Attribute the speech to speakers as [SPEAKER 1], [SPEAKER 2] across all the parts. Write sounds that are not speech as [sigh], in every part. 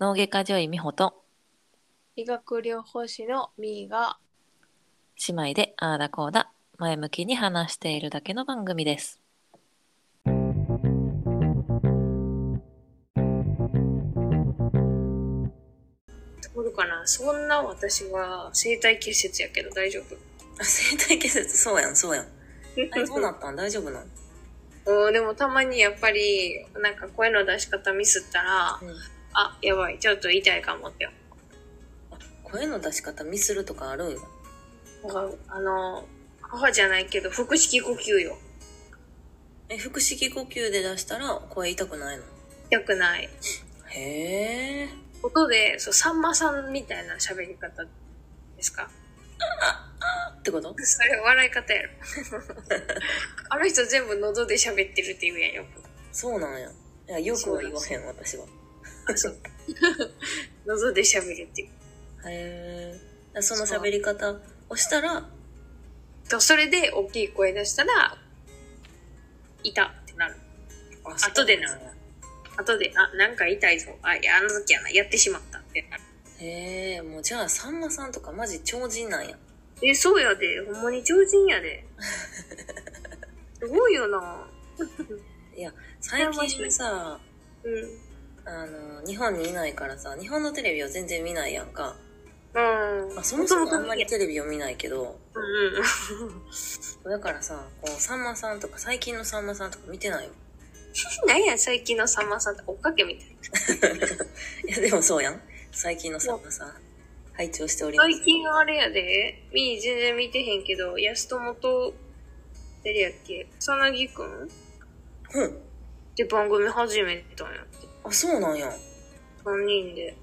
[SPEAKER 1] 脳外科女医美穂と
[SPEAKER 2] 医学療法士のみーが
[SPEAKER 1] 姉妹でああだこうだ前向きに話しているだけの番組です。
[SPEAKER 2] おるかなそんな私は生体結節やけど大丈夫
[SPEAKER 1] 生体結節そうやんそうやん。あれどうなったん大丈夫なの？
[SPEAKER 2] [laughs] うんでもたまにやっぱりなんか声の出し方ミスったら、
[SPEAKER 1] うん
[SPEAKER 2] あやばいちょっと痛いかもって
[SPEAKER 1] 声の出し方ミスるとかあるんや。
[SPEAKER 2] なんかあの母じゃないけど腹式呼吸よ
[SPEAKER 1] え腹式呼吸で出したら声痛くないの？
[SPEAKER 2] 痛くない
[SPEAKER 1] へえ。
[SPEAKER 2] ことでそうさんまさんみたいな喋り方ですか
[SPEAKER 1] ってこと？
[SPEAKER 2] それ笑い方やろ [laughs] あの人全部喉で喋ってるって言うやんよく
[SPEAKER 1] そうなんや。いやよくは言わ
[SPEAKER 2] そ
[SPEAKER 1] へん私は。
[SPEAKER 2] 喉で喋るっていう
[SPEAKER 1] [laughs] へえ。その喋り方をしたら
[SPEAKER 2] とそれで大きい声出したら「痛っ」ってなる後でなん
[SPEAKER 1] や。
[SPEAKER 2] 後で「あなんか痛いぞあいやあの時やなやってしまった」ってなる
[SPEAKER 1] へえもうじゃあさんまさんとかマジ超人なんや
[SPEAKER 2] えそうやでほんまに超人やで [laughs] すごいよない
[SPEAKER 1] や最近さ
[SPEAKER 2] うん
[SPEAKER 1] あの日本にいないからさ日本のテレビは全然見ないやんか、
[SPEAKER 2] うん
[SPEAKER 1] まあ、そもそも
[SPEAKER 2] 元
[SPEAKER 1] あ
[SPEAKER 2] 々
[SPEAKER 1] んまりテレビを見ないけど
[SPEAKER 2] うんうん [laughs]
[SPEAKER 1] だからさこうさんまさんとか最近の [laughs] さんまさんとか見てないよ
[SPEAKER 2] 何や最近のさんまさんって追っかけみたいない
[SPEAKER 1] やでもそうやん最近のさんまさん拝聴しております
[SPEAKER 2] 最近あれやでみー全然見てへんけど安友と誰やっけ草薙くんっ
[SPEAKER 1] うん
[SPEAKER 2] て番組始めたんやって
[SPEAKER 1] あそうなんや
[SPEAKER 2] 3人で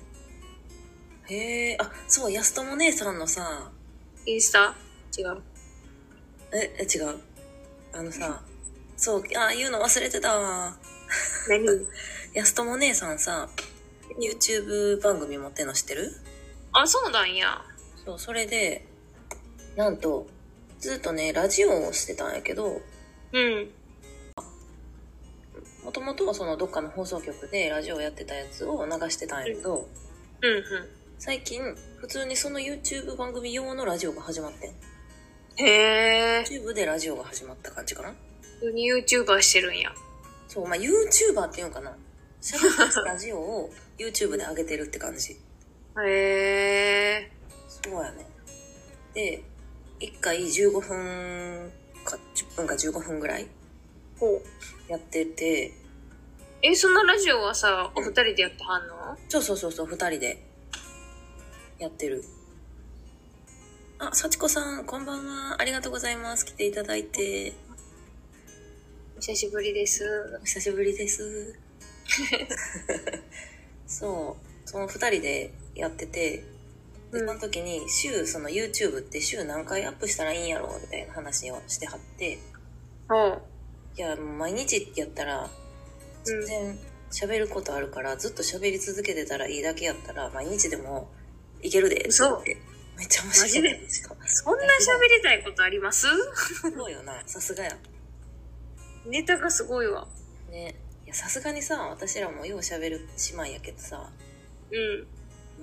[SPEAKER 1] へえあそう安友姉さんのさ
[SPEAKER 2] インスタ違う
[SPEAKER 1] ええ違うあのさそうあ言うの忘れてたわ
[SPEAKER 2] 何
[SPEAKER 1] 安友姉さんさ YouTube 番組持ってんの知ってる
[SPEAKER 2] あ、そうなんや。
[SPEAKER 1] そうそれでなんとずっとねラジオをしてたんやけど
[SPEAKER 2] うん。
[SPEAKER 1] もともとはそのどっかの放送局でラジオやってたやつを流してたんやけど
[SPEAKER 2] うんうん。
[SPEAKER 1] 最近普通にその YouTube 番組用のラジオが始まってん
[SPEAKER 2] へえ。
[SPEAKER 1] YouTube でラジオが始まった感じかな
[SPEAKER 2] 普通に YouTuber してるんや。
[SPEAKER 1] そうまあ YouTuber っていうんかな喋ってたラジオを YouTube で上げてるって感じ
[SPEAKER 2] へえ。
[SPEAKER 1] そうやね。で、1回15分か、10分か15分ぐらい
[SPEAKER 2] ほう。
[SPEAKER 1] やってて、
[SPEAKER 2] え、そのラジオはさ、お二人でやってはんの
[SPEAKER 1] そうそうそうそう、2人でやってる。あ、幸子さん、こんばんは。ありがとうございます。来ていただいて。
[SPEAKER 2] お久しぶりです。
[SPEAKER 1] お久しぶり
[SPEAKER 2] [laughs]
[SPEAKER 1] です。そう、その2人でやってて、で、
[SPEAKER 2] う
[SPEAKER 1] そ
[SPEAKER 2] ん
[SPEAKER 1] の時に、週、その YouTube って週何回アップしたらいいんやろうみたいな話をしてはって、
[SPEAKER 2] ほう。
[SPEAKER 1] いや、もう毎日やったら、全然喋ることあるから、ずっと喋り続けてたらいいだけやったら、毎日でもいけるで。
[SPEAKER 2] 嘘
[SPEAKER 1] ってめっちゃ面白い。
[SPEAKER 2] マジで
[SPEAKER 1] しかも
[SPEAKER 2] そんな喋りたいことあります
[SPEAKER 1] すごいよな。さすがや。
[SPEAKER 2] ネタがすごいわ。
[SPEAKER 1] ね。いや、さすがにさ、私らもよう喋る姉妹やけどさ、
[SPEAKER 2] うん。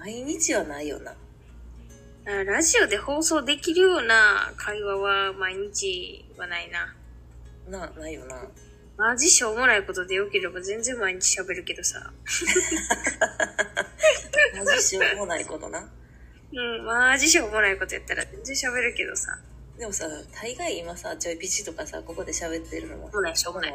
[SPEAKER 1] 毎日はないよな。
[SPEAKER 2] あラジオで放送できるような会話は毎日はないな。
[SPEAKER 1] な、ないよな。
[SPEAKER 2] マジしょうもないことでよければ全然毎日喋るけどさ。
[SPEAKER 1] マジしようもないことな。
[SPEAKER 2] うん、マジしょうもないことやったら全然喋るけどさ。
[SPEAKER 1] でもさ、大概今さ、ちょいピチとかさ、ここで喋ってるのも
[SPEAKER 2] しょうもないしょうも [laughs] ない。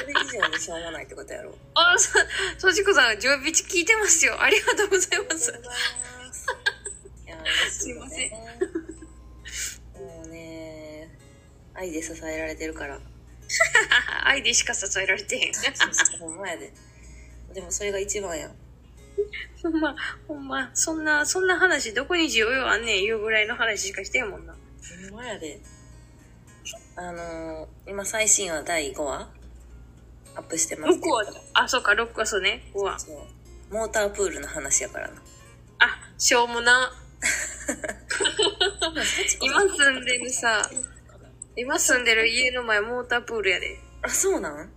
[SPEAKER 1] それ以上にしょうもないってことやろ。
[SPEAKER 2] あ、そ、そじこさん、ジョイビチ聞いてますよ。ありがとうございます。 [laughs]
[SPEAKER 1] いや
[SPEAKER 2] すいません
[SPEAKER 1] もうね愛で支えられてるから
[SPEAKER 2] 愛でしか支えられてへん。
[SPEAKER 1] ほんまやででもそれが一番やん
[SPEAKER 2] [laughs] ほんま、ほんま、そんな、そんな話、どこに需要あんねん、いうぐらいの話しかしてんもんな。
[SPEAKER 1] ほんまやであのー、今最新話第5話アップしてますけ
[SPEAKER 2] 6
[SPEAKER 1] ど
[SPEAKER 2] は、あ、そうか、6はそうね、5は。
[SPEAKER 1] そうモータープールの話やからな
[SPEAKER 2] あ、しょうもな。今住んでるさ今住んでる家の前、モータープールやで。
[SPEAKER 1] あそうなん
[SPEAKER 2] うん。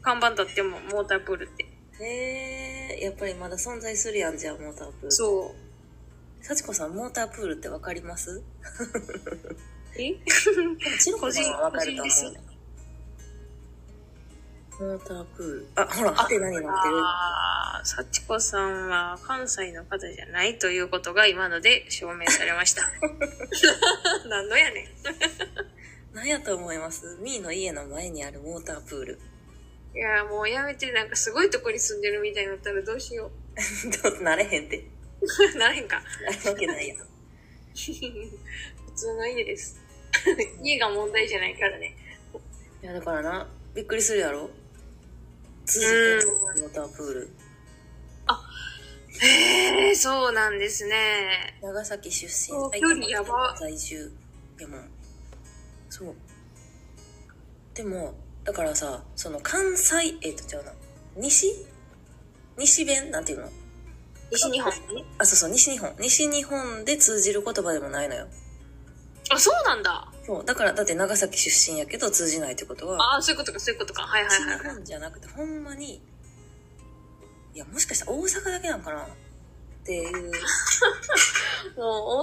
[SPEAKER 2] 看板立ってもモータープールって。
[SPEAKER 1] へえやっぱりまだ存在するやんじゃあモータープール
[SPEAKER 2] そ
[SPEAKER 1] 幸子さんモータープールってわかります
[SPEAKER 2] う。え [laughs]
[SPEAKER 1] ちの子さんはわかると
[SPEAKER 2] 個人個人です
[SPEAKER 1] 思
[SPEAKER 2] よ
[SPEAKER 1] うモータープールあほらハテナになってる
[SPEAKER 2] ああ、幸子さんは関西の方じゃないということが今ので証明されま [laughs] した。何のやねん。
[SPEAKER 1] 何やと思いますみーの家の前にあるモータープール [laughs]
[SPEAKER 2] いやーもうやめて、なんかすごいとこに住んでるみたいになったらどうしよ
[SPEAKER 1] どうなれへんって
[SPEAKER 2] う。 [laughs] なれへんか。
[SPEAKER 1] なるわけ [laughs] ないやん
[SPEAKER 2] 普通の家です。 [laughs] 家が問題じゃないからね。
[SPEAKER 1] いやだからなびっくりするやろ続くモータープール
[SPEAKER 2] へえ、そうなんですね。
[SPEAKER 1] 長崎出身
[SPEAKER 2] そう
[SPEAKER 1] 埼
[SPEAKER 2] 距
[SPEAKER 1] 玉
[SPEAKER 2] 離やば
[SPEAKER 1] 在住やもんそうでもだからさその関西えっと違うな西西弁なんていうの
[SPEAKER 2] 西日本。
[SPEAKER 1] あそうそう西日本西日本で通じる言葉でもないのよ
[SPEAKER 2] あ、そうなんだ。
[SPEAKER 1] そうだからだって長崎出身やけど通じないってことは
[SPEAKER 2] ああ、そういうことか、そういうことか。はいはい
[SPEAKER 1] 西
[SPEAKER 2] はい
[SPEAKER 1] 日
[SPEAKER 2] はい。
[SPEAKER 1] 本じゃなくてほんまにいやもしかしたら大阪だけなんかなって
[SPEAKER 2] [laughs]
[SPEAKER 1] いう
[SPEAKER 2] もう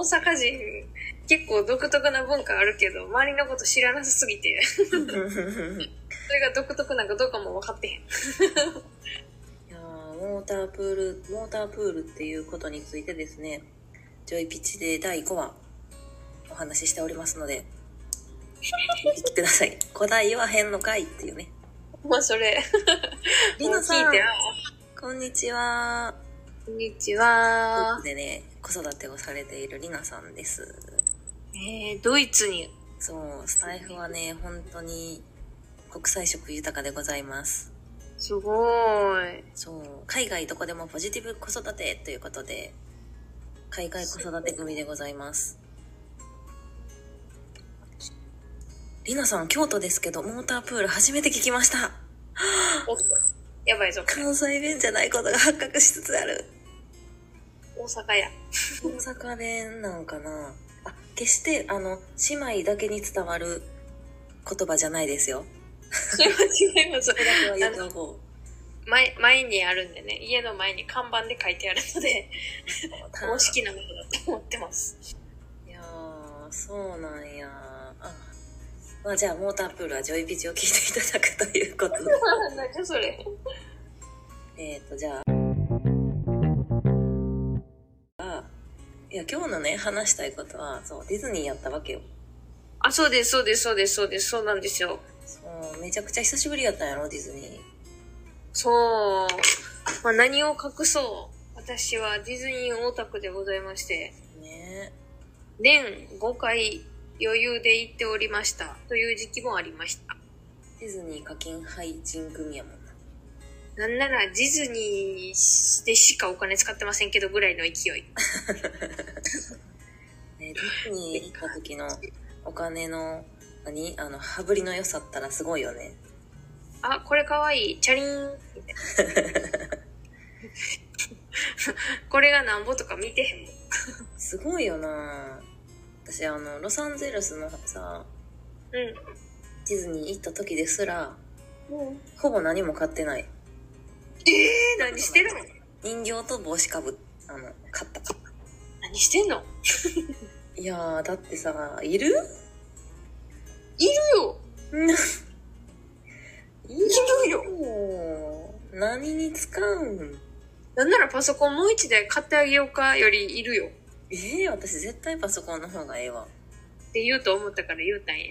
[SPEAKER 2] 大阪人、結構独特な文化あるけど、周りのこと知らなさすぎて、
[SPEAKER 1] い
[SPEAKER 2] それが独特なんかどうかも分かってへん。
[SPEAKER 1] やーモータープールモータープールっていうことについてですねジョイピッチで第5話お話ししておりますの
[SPEAKER 2] [laughs]
[SPEAKER 1] でお聞きください答え言わへんのかいっていうね
[SPEAKER 2] まあそれ、
[SPEAKER 1] り
[SPEAKER 2] もう
[SPEAKER 1] な
[SPEAKER 2] 聞
[SPEAKER 1] さ
[SPEAKER 2] い
[SPEAKER 1] ん
[SPEAKER 2] て、あ
[SPEAKER 1] こんにちは
[SPEAKER 2] こんにちは。
[SPEAKER 1] でね子育てをされているりなさんです
[SPEAKER 2] えー、ドイツに。
[SPEAKER 1] そうスタイフはね本当に国際色豊かでございます
[SPEAKER 2] すごーい。
[SPEAKER 1] そう海外どこでもポジティブ子育てということで海外子育て組でございますりなさん京都ですけどモータープール初めて聞きました
[SPEAKER 2] おやばいぞ、これ
[SPEAKER 1] 関西弁じゃないことが発覚しつつある
[SPEAKER 2] 大阪や。
[SPEAKER 1] 大
[SPEAKER 2] [laughs]
[SPEAKER 1] 阪弁なんかなあ決してあの姉妹だけに伝わる言葉じゃないですよ
[SPEAKER 2] それは違います
[SPEAKER 1] そ。れだけは言っておこ
[SPEAKER 2] 前、前にあるんでね、家の前に看板で書いてあるの [laughs] で、
[SPEAKER 1] う
[SPEAKER 2] 公式なものだと思ってます。
[SPEAKER 1] いやーそうなんやあまあじゃあモータープールはジョイビジを聞いていただくということで [laughs]
[SPEAKER 2] なんかそれ。
[SPEAKER 1] えっとじゃああいや今日のね話したいことはそうディズニーやったわけよ
[SPEAKER 2] あ、そうです、そうです、そうです、そうです、そうなんですよ。
[SPEAKER 1] そうめちゃくちゃ久しぶりやったんやろディズニー
[SPEAKER 2] そう。まあ、何を隠そう。私はディズニーオタクでございまして、
[SPEAKER 1] ね
[SPEAKER 2] 年5回余裕で行っておりました。という時期もありました。
[SPEAKER 1] ディズニー課金配信組やもんな
[SPEAKER 2] なんならディズニーでしかお金使ってませんけどぐらいの勢い。
[SPEAKER 1] ねディズニー行った時のお金の何あの羽振りの良さったらすごいよね
[SPEAKER 2] あ、これかわいい。チャリーン。 [laughs] これがなんぼとか見てへんもん。
[SPEAKER 1] すごいよな私あのロサンゼルスのさディズニー行った時ですら
[SPEAKER 2] うん。うん、
[SPEAKER 1] ほぼ何も買ってない
[SPEAKER 2] ええー、何してるの
[SPEAKER 1] 人形と帽子かぶあの買った
[SPEAKER 2] 何してんの
[SPEAKER 1] いやーだってさいる [laughs]
[SPEAKER 2] いるよ
[SPEAKER 1] い
[SPEAKER 2] いるよ
[SPEAKER 1] よ何に使うん
[SPEAKER 2] なんならパソコンもう一台買ってあげようかよりいるよ。
[SPEAKER 1] えー、私絶対パソコンの方がええわ
[SPEAKER 2] って言うと思ったから言うたんや。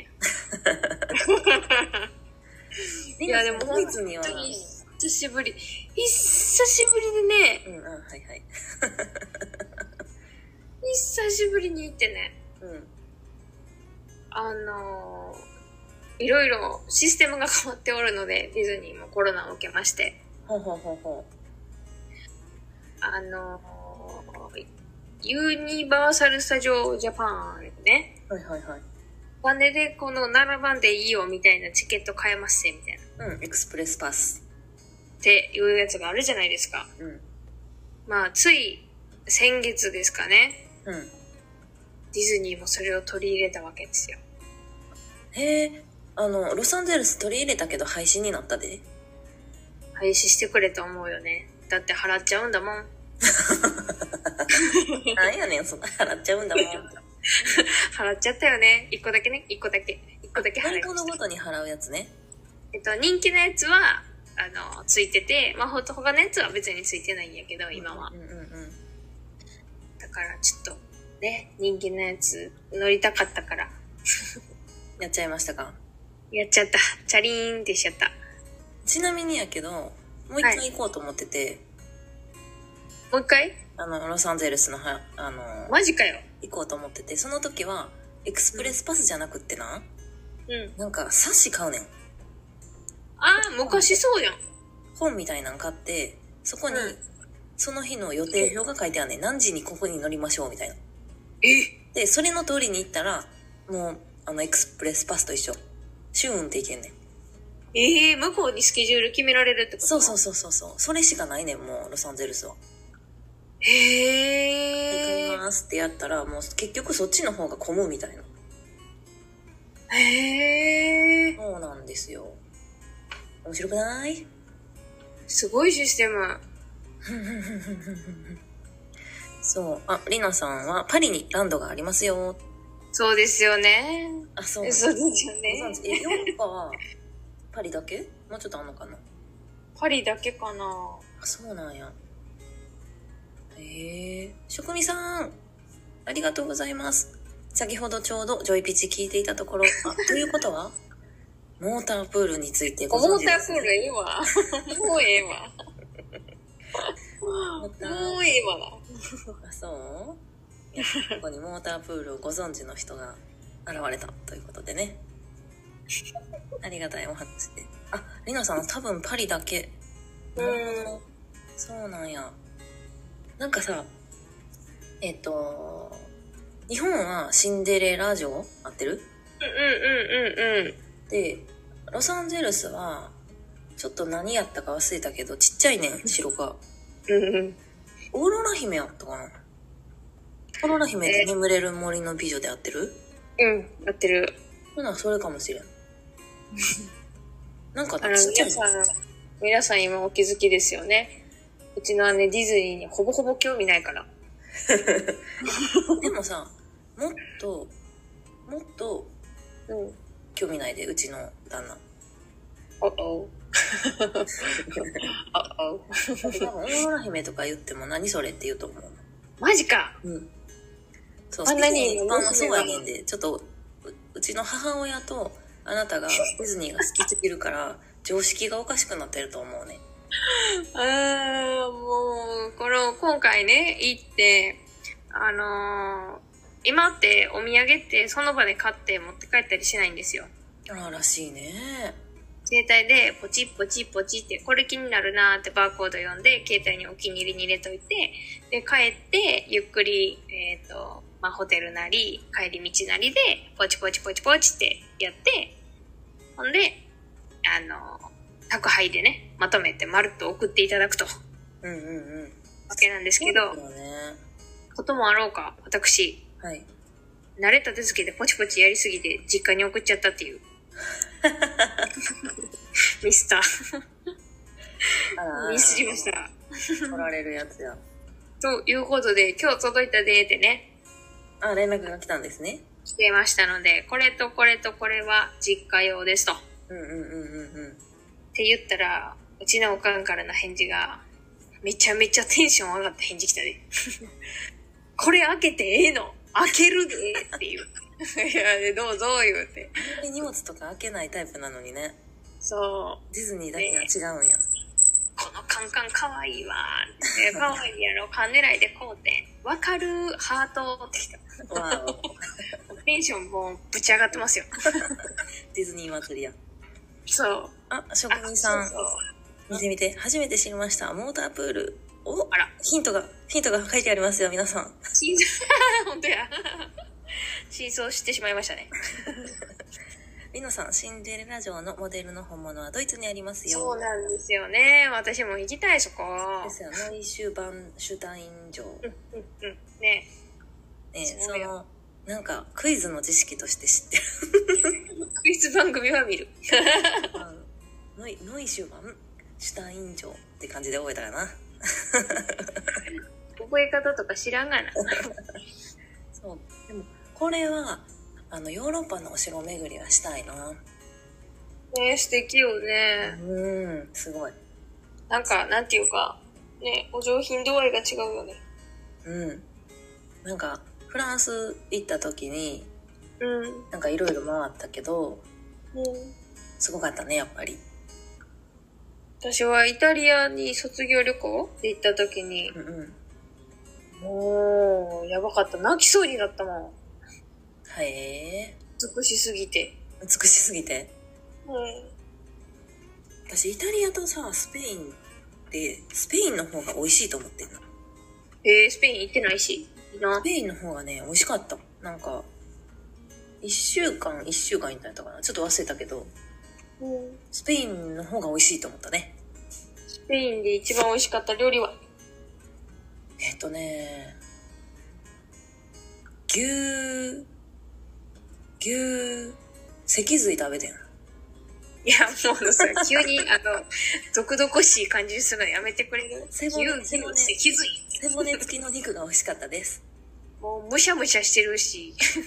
[SPEAKER 1] い
[SPEAKER 2] いやでも
[SPEAKER 1] ドイツには
[SPEAKER 2] 本当に久しぶり。久しぶりでね、
[SPEAKER 1] うんあはいはい
[SPEAKER 2] 久しぶりに行ってね、
[SPEAKER 1] うん
[SPEAKER 2] あのーいろいろシステムが変わっておるので、ディズニーもコロナを受けまして、
[SPEAKER 1] ほうほうほうほ
[SPEAKER 2] あのーユニバーサル・スタジオ・ジャパンね、
[SPEAKER 1] うはいはいはい
[SPEAKER 2] お金でこの7番でいいよみたいなチケット買えますせみたいな。
[SPEAKER 1] うんエクスプレスパス
[SPEAKER 2] っていうやつがあるじゃないですか。
[SPEAKER 1] うん
[SPEAKER 2] まあ、つい先月ですかね。
[SPEAKER 1] うん
[SPEAKER 2] ディズニーもそれを取り入れたわけですよ。
[SPEAKER 1] へえあの、ロサンゼルス取り入れたけど廃止になった
[SPEAKER 2] [laughs]
[SPEAKER 1] で。
[SPEAKER 2] 廃止してくれと思うよね。だって払っちゃうんだもん。
[SPEAKER 1] なんやねん、そんな払っちゃうんだもん。
[SPEAKER 2] 払っちゃったよね。一個だけね。一個だけ。一個だけ払
[SPEAKER 1] 店
[SPEAKER 2] い
[SPEAKER 1] 舗
[SPEAKER 2] ま
[SPEAKER 1] の
[SPEAKER 2] し
[SPEAKER 1] ご
[SPEAKER 2] た。
[SPEAKER 1] とに払うやつね。
[SPEAKER 2] えっと、人気のやつは、あの、ついてて、まあ、ほんと他のやつは別についてないんやけど、今は
[SPEAKER 1] う。んうんうん。
[SPEAKER 2] だから、ちょっと、ね、人気のやつ乗りたかったから、
[SPEAKER 1] やっちゃいましたか。
[SPEAKER 2] やっちゃった。チャリーンってしちゃった。
[SPEAKER 1] ちなみにやけど、もう一回行こうと思ってて、
[SPEAKER 2] もう一回
[SPEAKER 1] あの、ロサンゼルスのは、あの、
[SPEAKER 2] マジかよ。
[SPEAKER 1] 行こうと思ってて、その時は、エクスプレスパスじゃなくってな、
[SPEAKER 2] うん。
[SPEAKER 1] なんか、冊子買うねん。
[SPEAKER 2] ああ、昔そうやん。
[SPEAKER 1] 本みたいなん買って、そこに
[SPEAKER 2] うん、
[SPEAKER 1] その日の予定表が書いてあんねん。何時にここに乗りましょう、みたいな。
[SPEAKER 2] え
[SPEAKER 1] で、それの通りに行ったら、もう、あの、エクスプレスパスと一緒。シューンって行けんねん。
[SPEAKER 2] ええ向こうにスケジュール決められるってこと。
[SPEAKER 1] そうそううそうそうそう。それしかないねん、もう、ロサンゼルスは。
[SPEAKER 2] へ
[SPEAKER 1] 行き。
[SPEAKER 2] え
[SPEAKER 1] ますってやったら、もう結局そっちの方が混むみたいな。
[SPEAKER 2] へえ。
[SPEAKER 1] そうなんですよ。面白くない [laughs]
[SPEAKER 2] すごいシステム。
[SPEAKER 1] そう。あ、りなさんはパリにランドがありますよ。
[SPEAKER 2] そうですよね。
[SPEAKER 1] あ、そ。
[SPEAKER 2] そううですよ
[SPEAKER 1] ご存
[SPEAKER 2] ね。
[SPEAKER 1] 知えヨーロッパはパリだけもうちょっとあんのかな
[SPEAKER 2] パリだけかな。
[SPEAKER 1] あ、そうなんや。へえ。職味さん、ありがとうございます。先ほどちょうどジョイピチ聞いていたところ、あ、ということ
[SPEAKER 2] [laughs]
[SPEAKER 1] はモータープールについてご
[SPEAKER 2] モ
[SPEAKER 1] 存知で
[SPEAKER 2] ーター
[SPEAKER 1] す
[SPEAKER 2] プールええわ。もうええわ。
[SPEAKER 1] モーター
[SPEAKER 2] もうええわな。
[SPEAKER 1] あそういやここにモータープールをご存知の人が現れたということでねありがたいお話でありなさん多分パリだけ
[SPEAKER 2] うん
[SPEAKER 1] どそうなんやなんかさえっ、と日本はシンデレラ城合ってる
[SPEAKER 2] うんうんうんうん。
[SPEAKER 1] でロサンゼルスはちょっと何やったか忘れたけどちっちゃいねん城が
[SPEAKER 2] うんうん。
[SPEAKER 1] オーロラ姫やったかなオーロラ姫で眠れる森の美女で合ってる
[SPEAKER 2] うん、合ってる。
[SPEAKER 1] ほな、それかもしれん。なんか
[SPEAKER 2] あ
[SPEAKER 1] な
[SPEAKER 2] の、
[SPEAKER 1] ちっちゃ
[SPEAKER 2] 皆
[SPEAKER 1] い
[SPEAKER 2] さ
[SPEAKER 1] の。
[SPEAKER 2] ん、皆さん今お気づきですよね。うちの姉ディズニーにほぼほぼ興味ないから。
[SPEAKER 1] でもさ、もっと、もっと
[SPEAKER 2] うん。
[SPEAKER 1] 興味ないで、うちの旦那。
[SPEAKER 2] おっおう。おっおう。
[SPEAKER 1] 多分、オーロラ姫とか言っても何それって言うと思う。
[SPEAKER 2] マジか
[SPEAKER 1] うん。そう、ディ
[SPEAKER 2] あ
[SPEAKER 1] ズ
[SPEAKER 2] 何
[SPEAKER 1] ニー一般はそうやねんで、ちょっと、ううちの母親とあなた [laughs] がディズニーが好きすぎるから、常識がおかしくなってると思うね。
[SPEAKER 2] あーもう、この、今回ね、行って、あのー今ってお土産ってその場で買って持って帰ったりしないんですよ。
[SPEAKER 1] ああ、らしいね。
[SPEAKER 2] 携帯でポチッポチッポチって、これ気になるなーってバーコード読んで、携帯にお気に入りに入れといて、で、帰って、ゆっくり、えっ、と、まあ、ホテルなり、帰り道なりで、ポチポチポチポチってやって、ほんで、あのー宅配でね、まとめてまるっと送っていただくと、わ
[SPEAKER 1] うんうんうん。
[SPEAKER 2] けなんですけ
[SPEAKER 1] そ
[SPEAKER 2] ど、
[SPEAKER 1] うだね。
[SPEAKER 2] こともあろうか、私、
[SPEAKER 1] はい。
[SPEAKER 2] 慣れた手つきでポチポチやりすぎて実家に送っちゃったっていう。ミスター。
[SPEAKER 1] あ [laughs] らあら
[SPEAKER 2] ミスりました。
[SPEAKER 1] 取られるやつや。
[SPEAKER 2] ということで、今日届いたでーってね、
[SPEAKER 1] あ、連絡が来たんですね。
[SPEAKER 2] 来てましたので、これとこれとこれは実家用ですと。っ
[SPEAKER 1] うんうんうんうんうん。
[SPEAKER 2] て言ったら、うちのおかんからの返事が、めちゃめちゃテンション上がった返事来たで。 [laughs] これ開けてええの開けるでーっていう。 [laughs] いや、でどうぞ言うて。
[SPEAKER 1] で荷物とか開けないタイプなのにね。
[SPEAKER 2] そう。
[SPEAKER 1] ディズニーだけが違 [laughs] うんや。
[SPEAKER 2] このカンカンかわいいわーって。かわいいやろ、カン狙いでこうて。わかるーハートってきた。
[SPEAKER 1] わお。
[SPEAKER 2] テンションもうぶち上がってますよ。
[SPEAKER 1] ディズニー祭りや。
[SPEAKER 2] そう。
[SPEAKER 1] あ、職人さん
[SPEAKER 2] そう。そう
[SPEAKER 1] 見てみて。初めて知りました。モータープール。お
[SPEAKER 2] あら、
[SPEAKER 1] ヒントが、ヒントが書いてありますよ、皆さん。
[SPEAKER 2] 真相、本当や。真相してしまいましたね。
[SPEAKER 1] リノさん、シンデレラ城のモデルの本物はドイツにありますよ。
[SPEAKER 2] そうなんですよね。私も行きたい、そこ。
[SPEAKER 1] ですよ。ノイシュバンシュタイン城。
[SPEAKER 2] うん、うん、ね
[SPEAKER 1] ね、
[SPEAKER 2] そ
[SPEAKER 1] そう
[SPEAKER 2] よ
[SPEAKER 1] のなんかクイズの知識として知ってる。 [laughs]
[SPEAKER 2] クイズ番組は見る。
[SPEAKER 1] あのノイノイシュマンシュタイン城って感じで覚えたかな。
[SPEAKER 2] 覚え方とか知らんがな。
[SPEAKER 1] そうでもこれはあのヨーロッパのお城巡りはしたいな。
[SPEAKER 2] ね素敵よね。
[SPEAKER 1] うんすごい。
[SPEAKER 2] なんか、なんていうか、ね、お上品度合いが違うよね。
[SPEAKER 1] うん。なんかフランス行った時に
[SPEAKER 2] うん。
[SPEAKER 1] なんかいろいろ回ったけど
[SPEAKER 2] うん。
[SPEAKER 1] すごかったねやっぱり。
[SPEAKER 2] 私はイタリアに卒業旅行で行った時に、
[SPEAKER 1] うんうん。
[SPEAKER 2] もう、やばかった。泣きそうになったもん。
[SPEAKER 1] はい。
[SPEAKER 2] 美しすぎて。
[SPEAKER 1] 美しすぎて。
[SPEAKER 2] うん。
[SPEAKER 1] 私イタリアとさスペインってスペインの方が美味しいと思ってんの。
[SPEAKER 2] えー、スペイン行ってないし。いいな
[SPEAKER 1] ス。ペインの方がね、美味しかった。なんか、一週間、一週間いたんやったかな。ちょっと忘れたけど、
[SPEAKER 2] うん。
[SPEAKER 1] スペインの方が美味しいと思ったね。
[SPEAKER 2] スペインで一番美味しかった料理は
[SPEAKER 1] えっとね、牛、牛、脊髄食べてん。
[SPEAKER 2] いや、もうさ、急に、あの、毒々しい感じにするのやめてくれる
[SPEAKER 1] 背
[SPEAKER 2] 牛、
[SPEAKER 1] 骨
[SPEAKER 2] 牛、
[SPEAKER 1] 背骨
[SPEAKER 2] 脊髄。
[SPEAKER 1] 背骨付きの肉が美味しかったです。
[SPEAKER 2] もう、むしゃむしゃしてるし。チ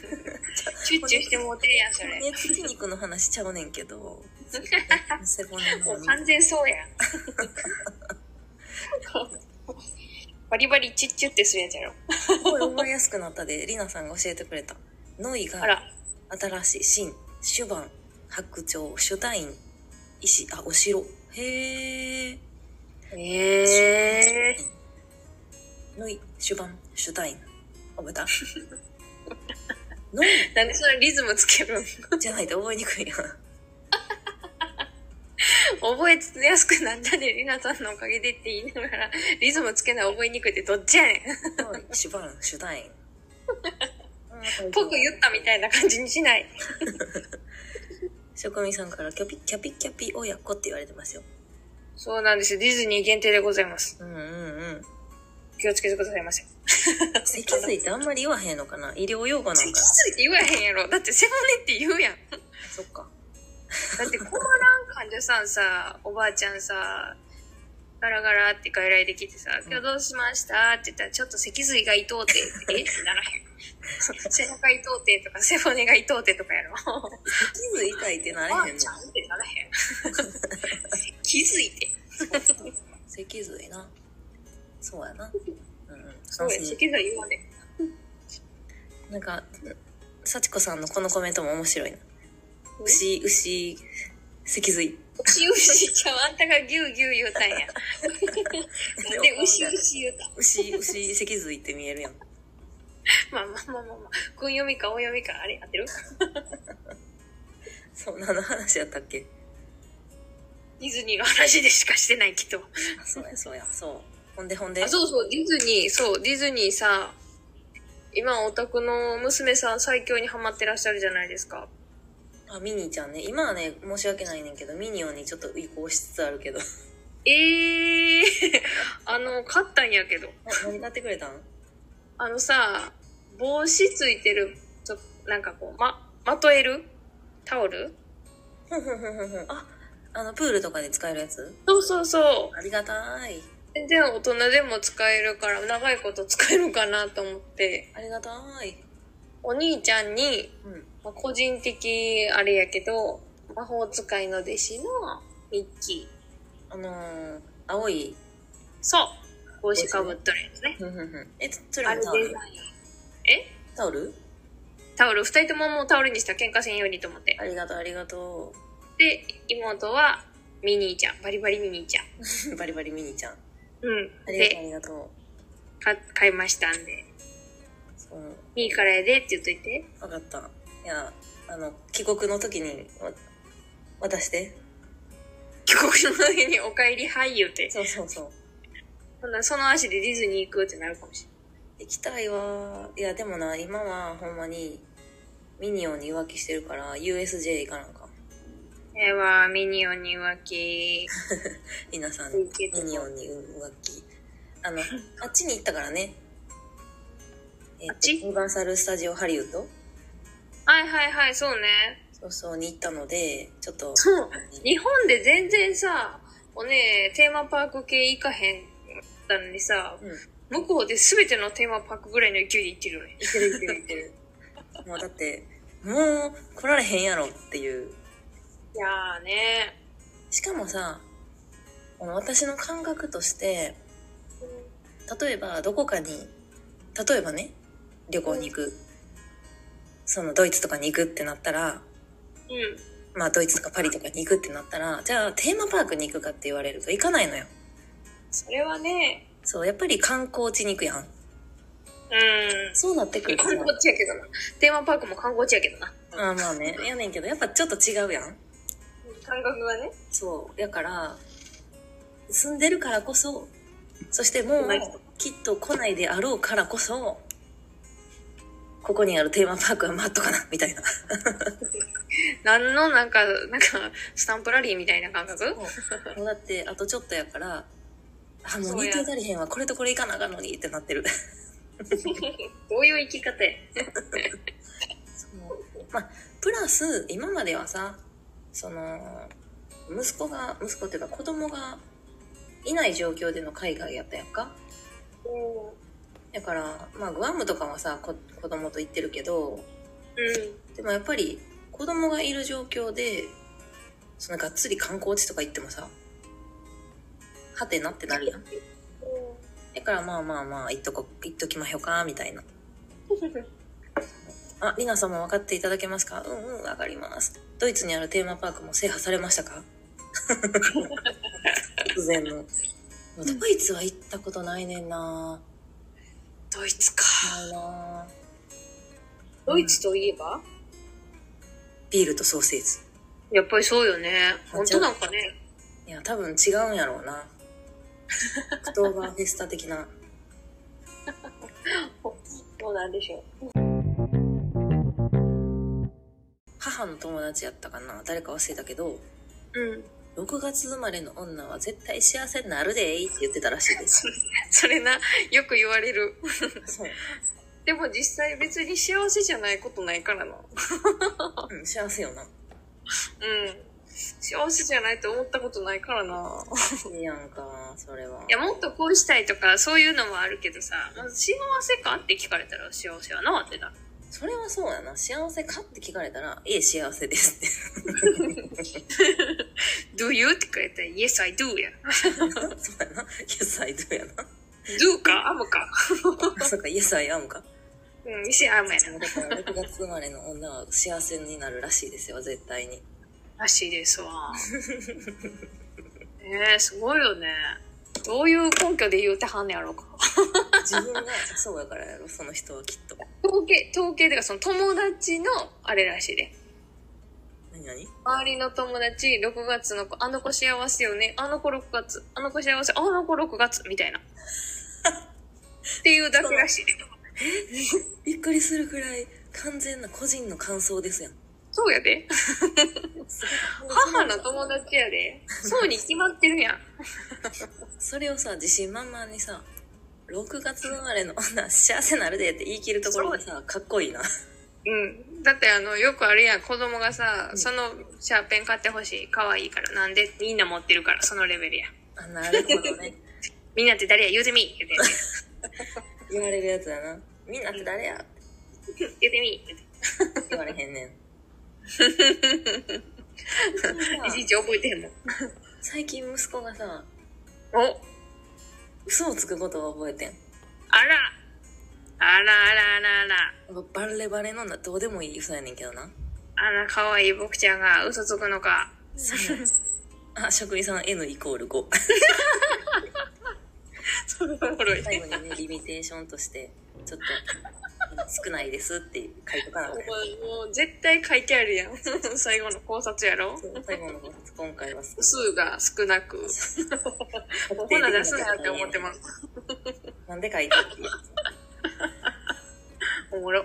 [SPEAKER 2] ュッチュしてもうてるやん、そ
[SPEAKER 1] 背
[SPEAKER 2] れ。
[SPEAKER 1] 骨付き肉の話ちゃうねんけ
[SPEAKER 2] [laughs]
[SPEAKER 1] ど、背骨
[SPEAKER 2] も
[SPEAKER 1] の
[SPEAKER 2] う
[SPEAKER 1] 肉。
[SPEAKER 2] 完全そうやん。バリバリチュッチュってするやつやろ。
[SPEAKER 1] すごい覚えやすくなったで、りなさんが教えてくれた。ノイが、
[SPEAKER 2] あら、
[SPEAKER 1] 新しい新手番白鳥シュタイン石あお城へえ
[SPEAKER 2] ええ
[SPEAKER 1] のい手番シュタイン覚え
[SPEAKER 2] [laughs]
[SPEAKER 1] たのい
[SPEAKER 2] ー。なんでそのリズムつけるん
[SPEAKER 1] じゃないと覚えにくいやん
[SPEAKER 2] 覚えやすくなったね、りなさんのおかげでって言いながら、リズムつけない覚えにくいってどっちやねん。
[SPEAKER 1] のい手番シュタイン
[SPEAKER 2] [laughs] 僕言ったみたいな感じにしない。
[SPEAKER 1] 職人さんからキャピキャピキャピ親子って言われてますよ
[SPEAKER 2] そうなんです。ディズニー限定でございます。
[SPEAKER 1] うんうんうん
[SPEAKER 2] 気をつけてくださいませ。
[SPEAKER 1] 脊髄ってあんまり言わへんのかな医療用語なん
[SPEAKER 2] 脊
[SPEAKER 1] かな
[SPEAKER 2] 髄って言わへんやろ。だって背骨って言うやん。
[SPEAKER 1] そっか
[SPEAKER 2] だって困らん患者さんさ、おばあちゃんさ、ガラガラって外来できてさ、
[SPEAKER 1] うん
[SPEAKER 2] 今日どうしましたって言ったら、ちょっと脊髄が痛うて、えってならへん。 [laughs] 背中痛うてとか、背骨が痛うてとかやろ。
[SPEAKER 1] 脊髄痛いってな
[SPEAKER 2] お
[SPEAKER 1] れ
[SPEAKER 2] ばあ
[SPEAKER 1] へんの
[SPEAKER 2] ちゃんってな
[SPEAKER 1] [laughs]
[SPEAKER 2] らへん。脊髄って。
[SPEAKER 1] 脊髄なそうやなうんうん
[SPEAKER 2] そうや、脊髄言わね。
[SPEAKER 1] なんか幸子さんのこのコメントも面白いな
[SPEAKER 2] うん
[SPEAKER 1] 牛牛脊髄
[SPEAKER 2] 牛牛ちゃん、あんたがギュウギュウ言うたんや。なん [laughs] で牛牛言うたん
[SPEAKER 1] 牛牛脊髄って見えるやん
[SPEAKER 2] まあまあまあまあまあ。訓読みか音読みか、あれ合ってる
[SPEAKER 1] そんなの話やったっけ
[SPEAKER 2] ディズニーの話でしかしてないけど。
[SPEAKER 1] あそうやそうやそうほんでほんで
[SPEAKER 2] あ、そうそう、ディズニー、そう、ディズニーさ、今お宅の娘さん最強にハマってらっしゃるじゃないですか。
[SPEAKER 1] あミニーちゃんね今はね申し訳ないねんけどミニオンにちょっと移行しつつあるけど
[SPEAKER 2] ええー、 [laughs] あの、買ったんやけど。
[SPEAKER 1] あ何買ってくれたん
[SPEAKER 2] あのさ、帽子ついてる、ちょなんかこう、ま、まとえるタオル
[SPEAKER 1] ふんふんふんふんふんああのプールとかで使えるやつ
[SPEAKER 2] そうそうそう。
[SPEAKER 1] ありがたい
[SPEAKER 2] 全然大人でも使えるから長いこと使えるかなと思って
[SPEAKER 1] ありがたい
[SPEAKER 2] お兄ちゃんに、
[SPEAKER 1] うん
[SPEAKER 2] まあ、個人的あれやけど魔法使いの弟子のミッキー
[SPEAKER 1] あのー、青い
[SPEAKER 2] そう帽子かぶっとるやつね
[SPEAKER 1] ふんふんふんえそれ
[SPEAKER 2] あれ
[SPEAKER 1] もタ
[SPEAKER 2] デザ
[SPEAKER 1] オ
[SPEAKER 2] イ
[SPEAKER 1] ル
[SPEAKER 2] ンえ
[SPEAKER 1] タオル
[SPEAKER 2] タオル二人とももうタオルにした喧嘩せんようにと思って
[SPEAKER 1] ありがとうありがと
[SPEAKER 2] で妹はミニーちゃんバリバリミニーちゃん
[SPEAKER 1] う [laughs] バリバリミニーちゃん
[SPEAKER 2] うん
[SPEAKER 1] ありがとう、あ
[SPEAKER 2] で
[SPEAKER 1] りがと
[SPEAKER 2] か買いましたんで
[SPEAKER 1] う。そう、
[SPEAKER 2] いいからやでって言っといて
[SPEAKER 1] わかった。いや、あの、帰国の時に、わ渡して。
[SPEAKER 2] 帰国の時に「おかえりはい」言うて
[SPEAKER 1] そうそうそう。
[SPEAKER 2] ほんならその足でディズニー行くってなるかもしれない
[SPEAKER 1] 行きたいわ。いや、でもな、今はほんまに、ミニオンに浮気してるから、USJ 行かなんか。
[SPEAKER 2] えはミニオンに浮気。
[SPEAKER 1] 皆さん、
[SPEAKER 2] ミ
[SPEAKER 1] ミ
[SPEAKER 2] [laughs]
[SPEAKER 1] ニオンに浮気。あの、あっちに行ったからね。えっ、
[SPEAKER 2] あっち
[SPEAKER 1] と、ユニバーサル・スタジオ・ハリウッド
[SPEAKER 2] はいはいはい、そうね。
[SPEAKER 1] そうそうに行ったので、ちょっと、
[SPEAKER 2] そう。日本で全然さ、おね、テーマパーク系行かへんだのにさ、
[SPEAKER 1] うん、
[SPEAKER 2] 向こうで全てのテーマパークぐらいの勢いで行ってるよね。
[SPEAKER 1] 行ってる行ってる行ってる。もうだって、もう来られへんやろっていう。
[SPEAKER 2] いやーね。
[SPEAKER 1] しかもさ、この私の感覚として、例えばどこかに例えばね旅行に行くそのドイツとかに行くってなったら
[SPEAKER 2] うん。
[SPEAKER 1] まあドイツとかパリとかに行くってなったらじゃあテーマパークに行くかって言われると行かないのよ
[SPEAKER 2] それはね、
[SPEAKER 1] そうやっぱり観光地に行くやん
[SPEAKER 2] うん。
[SPEAKER 1] そうなってくると
[SPEAKER 2] 観光地やけどな。テーマパークも観光地やけどな。
[SPEAKER 1] あまあねやねんけどやっぱちょっと違うやん
[SPEAKER 2] 感覚がね。
[SPEAKER 1] そうだから住んでるからこそそしてもう
[SPEAKER 2] 来ない人
[SPEAKER 1] きっと来ないであろうからこそここにあるテーマパークは待っとかなみたいな
[SPEAKER 2] 何のなんか、なんか、スタンプラリーみたいな感覚
[SPEAKER 1] もうだってあとちょっとやからあもう
[SPEAKER 2] そう
[SPEAKER 1] 日
[SPEAKER 2] や
[SPEAKER 1] 程足りへんわこれとこれいかなあかんのにってなってる
[SPEAKER 2] どういう生き方や。
[SPEAKER 1] まあプラス今まではさその息子が息子っていうか子供がいない状況での海外やったやんか
[SPEAKER 2] う
[SPEAKER 1] だからまあグアムとかはさこ子供と行ってるけど
[SPEAKER 2] ん。
[SPEAKER 1] でもやっぱり子供がいる状況でそのがっつり観光地とか行ってもさはてなってなるやんだからまあまあまあ行っとこ行っときまひょかみたいな
[SPEAKER 2] [laughs]
[SPEAKER 1] あ、リナさんも分かっていただけますかうんうん、分かります。ドイツにあるテーマパークも制覇されましたか突然の。
[SPEAKER 2] ん
[SPEAKER 1] ドイツは行ったことないねんな
[SPEAKER 2] ドイツか。
[SPEAKER 1] ないな
[SPEAKER 2] ドイツといえば
[SPEAKER 1] ビールとソーセージ。
[SPEAKER 2] やっぱりそうよね。
[SPEAKER 1] あ
[SPEAKER 2] 本当なんかね。
[SPEAKER 1] いや、多分違うんやろうな。オクトーバーフェスタ的な。
[SPEAKER 2] そうなんでしょう。
[SPEAKER 1] 母の友達やったかな誰か忘れたけど、
[SPEAKER 2] うん。
[SPEAKER 1] 6月生まれの女は絶対幸せになるでーって言ってたらしいです。
[SPEAKER 2] それな、よく言われる。
[SPEAKER 1] そう。
[SPEAKER 2] でも実際別に幸せじゃないことないからな。うん。
[SPEAKER 1] うん、幸せよな。
[SPEAKER 2] 幸せじゃないと思ったことないからな。
[SPEAKER 1] いいやんか、それは。
[SPEAKER 2] いや、もっとこうしたいとか、そういうのもあるけどさ、まず幸せかって聞かれたら幸せやなってなる。
[SPEAKER 1] それはそうやな。幸せかって聞かれたら、いえ、幸せですって。 [laughs]
[SPEAKER 2] do you? って聞かれたら yes I do [laughs] や。
[SPEAKER 1] そうやな。Yes, I do や
[SPEAKER 2] do か am か。
[SPEAKER 1] な。 [laughs] そうか、Yes, I am か。
[SPEAKER 2] うん、yes am やな。
[SPEAKER 1] だから、6月生まれの女は幸せになるらしいですよ、絶対に。
[SPEAKER 2] らしいですわ。 [laughs] ねえ、すごいよね。どういう根拠で言うてはんねやろうか。
[SPEAKER 1] 自分がそうやからやろ、その人はきっと。
[SPEAKER 2] 統計、統計でかその友達のあれらしいで。
[SPEAKER 1] 何々
[SPEAKER 2] 周りの友達、6月の子、あの子幸せよね。あの子6月。あの子幸せ。あの子6月。みたいな。っていうだけらしいで。
[SPEAKER 1] びっくりするくらい、完全な個人の感想ですやん。
[SPEAKER 2] そうやで。母の友
[SPEAKER 1] そ
[SPEAKER 2] 達やで。そうに決まってるやん。
[SPEAKER 1] れそれをさ、自信満々にさ、6月生まれの女幸せなるでって言い切るところがさ、かっこいいな。
[SPEAKER 2] うん。だってあの、よくあるやん。子供がさ、
[SPEAKER 1] うん
[SPEAKER 2] そのシャーペン買ってほしい。可愛いから。なんでみんな持ってるから。そのレベルや。
[SPEAKER 1] あ、なるほどね。
[SPEAKER 2] みんなって誰や言うてみ言うて
[SPEAKER 1] 言われるやつだな。みんなって誰や
[SPEAKER 2] 言うてみ [laughs] 言うて
[SPEAKER 1] 言われへんねん。 [laughs]
[SPEAKER 2] いちいち覚えてへんもん。
[SPEAKER 1] 最近息子がさ、
[SPEAKER 2] お
[SPEAKER 1] 嘘をつくことを覚えてん。
[SPEAKER 2] あらあらあらあらあら。
[SPEAKER 1] バレバレのな、どうでもいい嘘やねんけどな。
[SPEAKER 2] あら、可愛い僕ちゃんが嘘つくのか。
[SPEAKER 1] あ、職員さん N イコール5。
[SPEAKER 2] それはおも [laughs] ろい。
[SPEAKER 1] 最後にね、リミテーションとして、ちょっと、 [laughs] 少ないですって書いとかなあかんやん
[SPEAKER 2] もう絶対書いてあるやん。 [laughs] 最後の考察やろ
[SPEAKER 1] そう最後の考察、今回は、
[SPEAKER 2] 数が少な [laughs] く。こんなん出すなよって思ってます。
[SPEAKER 1] [laughs] なんで書いたっていう
[SPEAKER 2] おもろ。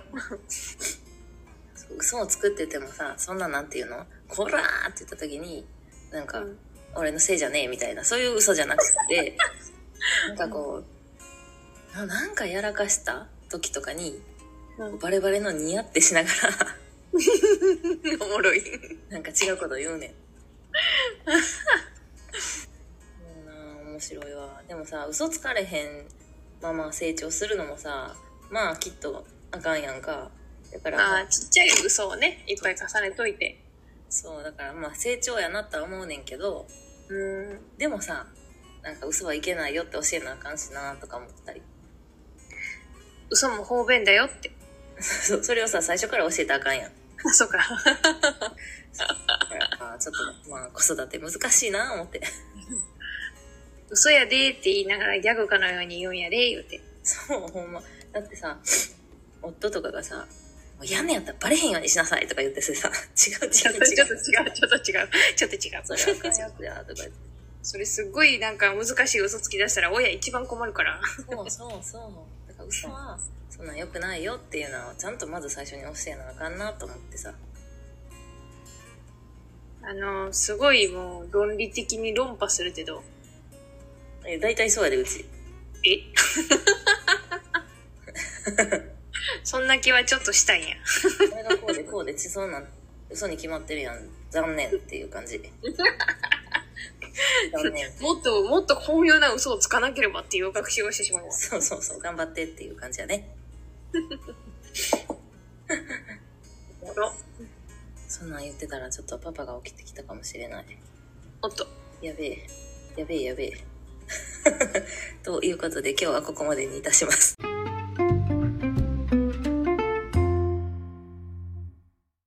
[SPEAKER 1] そう嘘を作っててもさ、そんななんていうのこらーって言った時に、なんか、
[SPEAKER 2] うん
[SPEAKER 1] 俺のせいじゃねえみたいな、そういう嘘じゃなくて、なんかこう、ななんかやらかした時とかに、
[SPEAKER 2] うん
[SPEAKER 1] バレバレのニヤってしながら、
[SPEAKER 2] [laughs] おもろい。
[SPEAKER 1] なんか違うこと言うねん。もうな面白いわ。でもさ、嘘つかれへんまま成長するのもさ、まあきっとあかんやんか。だから、
[SPEAKER 2] ああ、ちっちゃい嘘をね、いっぱい重ねといて。
[SPEAKER 1] そう、だからまあ成長やなとは思うねんけど、
[SPEAKER 2] うん。
[SPEAKER 1] でもさ、なんか嘘はいけないよって教えなあかんしなとか思ったり。
[SPEAKER 2] 嘘も方便だよって。 [laughs]
[SPEAKER 1] そうそれをさ、最初から教えたらあかんやん。
[SPEAKER 2] あ、そうか。
[SPEAKER 1] だからあーちょっと、まあ子育て難しいな思って。 [laughs]
[SPEAKER 2] 嘘やでーって言いながらギャグかのように言うんやでー言うて。
[SPEAKER 1] そう、ほんま。だってさ、夫とかがさ、もうやんねやったらバレへんようにしなさいとか言ってさ、 [laughs] 違う
[SPEAKER 2] [laughs] ちょっ
[SPEAKER 1] 違う
[SPEAKER 2] と
[SPEAKER 1] 違
[SPEAKER 2] [laughs]
[SPEAKER 1] う。
[SPEAKER 2] 違う、ちょっと違う、ちょっと違う。 [laughs]
[SPEAKER 1] それあかんやつやとか言って。
[SPEAKER 2] それすっごいなんか難しい嘘つき出したら親一番困るから。
[SPEAKER 1] そうそうそう。だから嘘は、そんなん良くないよっていうのは、ちゃんとまず最初に教えなあかんなと思ってさ。
[SPEAKER 2] あの、すごいもう論理的に論破するけど、
[SPEAKER 1] え、大体そうやで、うち。
[SPEAKER 2] [laughs] えそんな気はちょっとしたんや。
[SPEAKER 1] これがこうでこうで、ちそうなん、嘘に決まってるやん。残念っていう感じ。残念。
[SPEAKER 2] もっと、もっと巧妙な嘘をつかなければっていう学習をしてしまうわ。
[SPEAKER 1] そうそうそう、頑張ってっていう感じやね。そんなん言ってたらちょっとパパが起きてきたかもしれない。
[SPEAKER 2] おっと、
[SPEAKER 1] やべ [laughs] え、やべえやべえ。ということで今日はここまでにいたします。